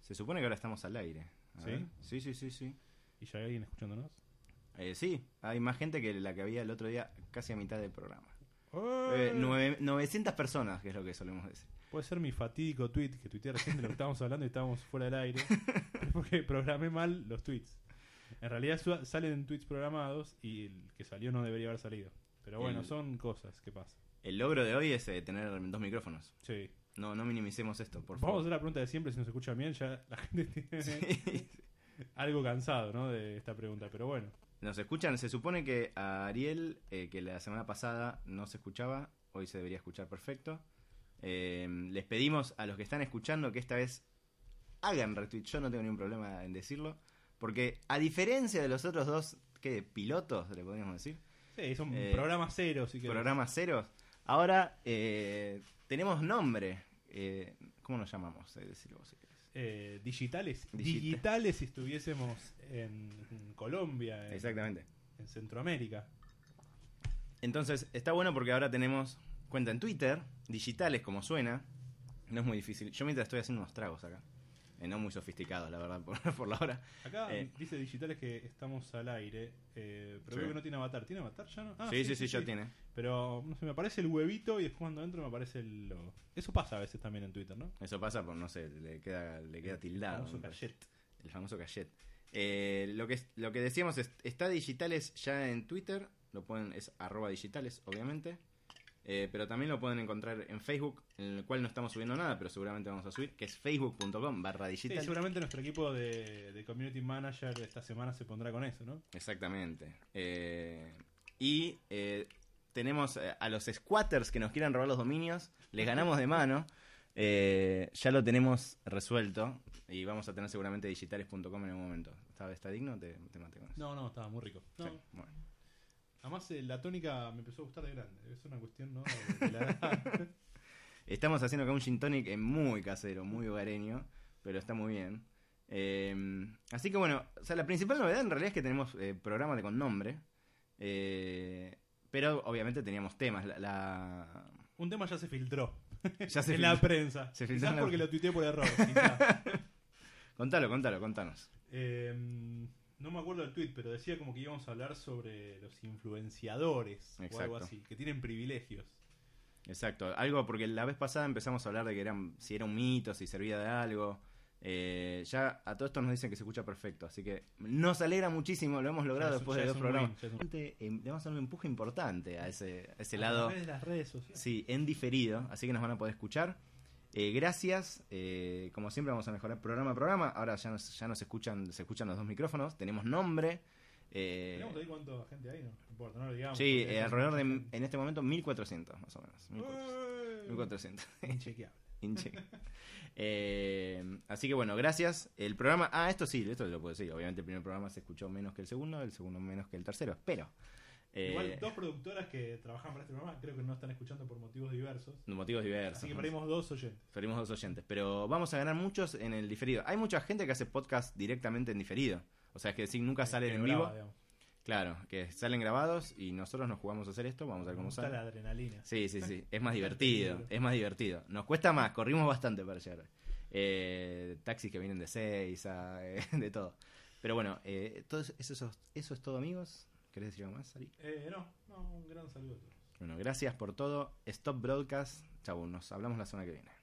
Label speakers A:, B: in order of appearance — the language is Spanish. A: Se supone que ahora estamos al aire. A
B: ¿Sí?
A: ver. Sí, sí, sí, sí.
B: ¿Y ya hay alguien escuchándonos?
A: Eh, sí, hay más gente que la que había el otro día casi a mitad del programa. Eh,
B: ¡Eh!
A: nueve- 900 personas, que es lo que solemos decir.
B: Puede ser mi fatídico tweet que tuiteé recién de lo que estábamos hablando y estábamos fuera del aire. Pero es porque programé mal los tweets. En realidad su- salen tweets programados y el que salió no debería haber salido. Pero bueno,
A: El-
B: son cosas que pasan.
A: El logro de hoy es eh, tener dos micrófonos.
B: Sí.
A: No, no minimicemos esto, por
B: Vamos a
A: favor.
B: hacer la pregunta de siempre, si nos escucha bien, ya la gente tiene
A: Sí.
B: algo cansado, ¿no? De esta pregunta, pero bueno.
A: Nos escuchan, se supone que a Ariel, eh, que la semana pasada no se escuchaba, hoy se debería escuchar perfecto. Eh, les pedimos a los que están escuchando que esta vez hagan retweet, yo no tengo ningún problema en decirlo, porque a diferencia de los otros dos, que pilotos, le podríamos decir,
B: Sí, son
A: Eh,
B: programas ceros, así que...
A: programas ceros, ahora eh, tenemos nombre. Eh, ¿Cómo nos llamamos? Eh, decilo vos si querés.
B: eh, digitales.
A: Digita-
B: Digitales si estuviésemos en, en Colombia, en,
A: Exactamente.
B: en Centroamérica.
A: Entonces, está bueno porque ahora tenemos cuenta en Twitter, digitales como suena. No es muy difícil. Yo mientras estoy haciendo unos tragos acá. Eh, no muy sofisticados, la verdad, por, por la hora.
B: Acá
A: Eh.
B: dice digitales que estamos al aire, eh,
A: Sí.
B: pero creo que no tiene avatar. ¿Tiene avatar ya? No? Ah,
A: sí, sí, sí, ya tiene.
B: Pero no sé, me aparece el huevito y después cuando entro me aparece el logo. Eso pasa a veces también en Twitter, ¿no?
A: Eso pasa por, no sé, le queda, le queda tildado.
B: Famoso
A: me parece.
B: gadget.
A: El famoso cachet. Eh, lo, que, es- lo que decíamos es, está digitales ya en Twitter. Lo pueden, es arroba digitales, obviamente. Eh, pero también lo pueden encontrar en Facebook, en el cual no estamos subiendo nada, pero seguramente vamos a subir, que es facebook.com barra
B: Sí,
A: digital.
B: seguramente nuestro equipo de, de community manager esta semana se pondrá con eso, ¿no?
A: Exactamente. Eh, y eh, tenemos eh, a los squatters que nos quieran robar los dominios, les ganamos de mano. Eh, ya lo tenemos resuelto y vamos a tener seguramente digitales.com en un momento. ¿Está, está digno? Te, te maté con eso.
B: No, no, estaba muy rico. No,
A: Sí, bueno.
B: Además, eh, la tónica me empezó a gustar de grande. Es una cuestión, ¿no? De la edad.
A: Estamos haciendo acá un gin tonic eh, muy casero, muy hogareño, pero está muy bien. Eh, así que bueno, o sea, la principal novedad en realidad es que tenemos eh, programa de con nombre, eh, pero obviamente teníamos temas. La, la-
B: Un tema ya se filtró
A: Ya se
B: en la
A: filtró.
B: prensa.
A: se filtró
B: quizás
A: en la-
B: porque lo tuiteé por error. quizás.
A: Contalo, contalo, contanos.
B: Eh, no me acuerdo del tweet, pero decía como que íbamos a hablar sobre los influenciadores o
A: Exacto.
B: algo así, que tienen privilegios.
A: Exacto, algo porque la vez pasada empezamos a hablar de que eran, si era un mito, si servía de algo. Eh, ya a todo esto nos dicen que se escucha perfecto, así que nos alegra muchísimo, lo hemos logrado
B: Ya es-
A: después
B: ya
A: de
B: es
A: dos
B: un
A: programas.
B: win, ya es un-
A: Gente, eh, Le vamos a dar un empuje importante a ese, a ese
B: A
A: lado,
B: través de las redes sociales.
A: sí, en diferido, así que nos van a poder escuchar. Eh, gracias, eh, como siempre vamos a mejorar programa a programa. Ahora ya nos, ya nos escuchan, se escuchan los dos micrófonos, tenemos nombre. eh,
B: Tenemos ahí cuánta gente hay, no, no importa, no lo digamos.
A: sí,
B: porque
A: eh,
B: eso
A: alrededor de,
B: es
A: en
B: mucha
A: este momento, 1400 más o menos.
B: gente.
A: 1400.
B: ¡Eh!
A: 1400.
B: Inchequeable.
A: Hinche. Eh, así que bueno, gracias. El programa. Ah, esto sí, esto lo puedo decir. Obviamente el primer programa se escuchó menos que el segundo, el segundo menos que el tercero, espero. Eh,
B: Igual dos productoras que trabajan para este programa creo que no están escuchando por motivos diversos.
A: Motivos diversos.
B: Así que
A: ¿no?
B: perdimos dos oyentes.
A: Perdimos dos oyentes. Pero vamos a ganar muchos en el diferido. Hay mucha gente que hace podcast directamente en diferido. O sea, es que decir, nunca salen
B: Que
A: en
B: graba, eh.
A: vivo.
B: digamos.
A: Claro, que salen grabados y nosotros nos jugamos a hacer esto. Vamos a ver
B: Me
A: cómo
B: gusta
A: sale.
B: la adrenalina.
A: Sí, sí, sí. Es más divertido. Es más divertido. Nos cuesta más. Corrimos bastante para llegar. Eh, taxis que vienen de Seiza, eh, de todo. Pero bueno, eh, todo eso, eso, eso es todo, amigos. ¿Querés decir algo más, Ari?
B: Eh, no, no, un gran saludo a todos.
A: Bueno, gracias por todo. Stop Broadcast. Chau, nos hablamos la semana que viene.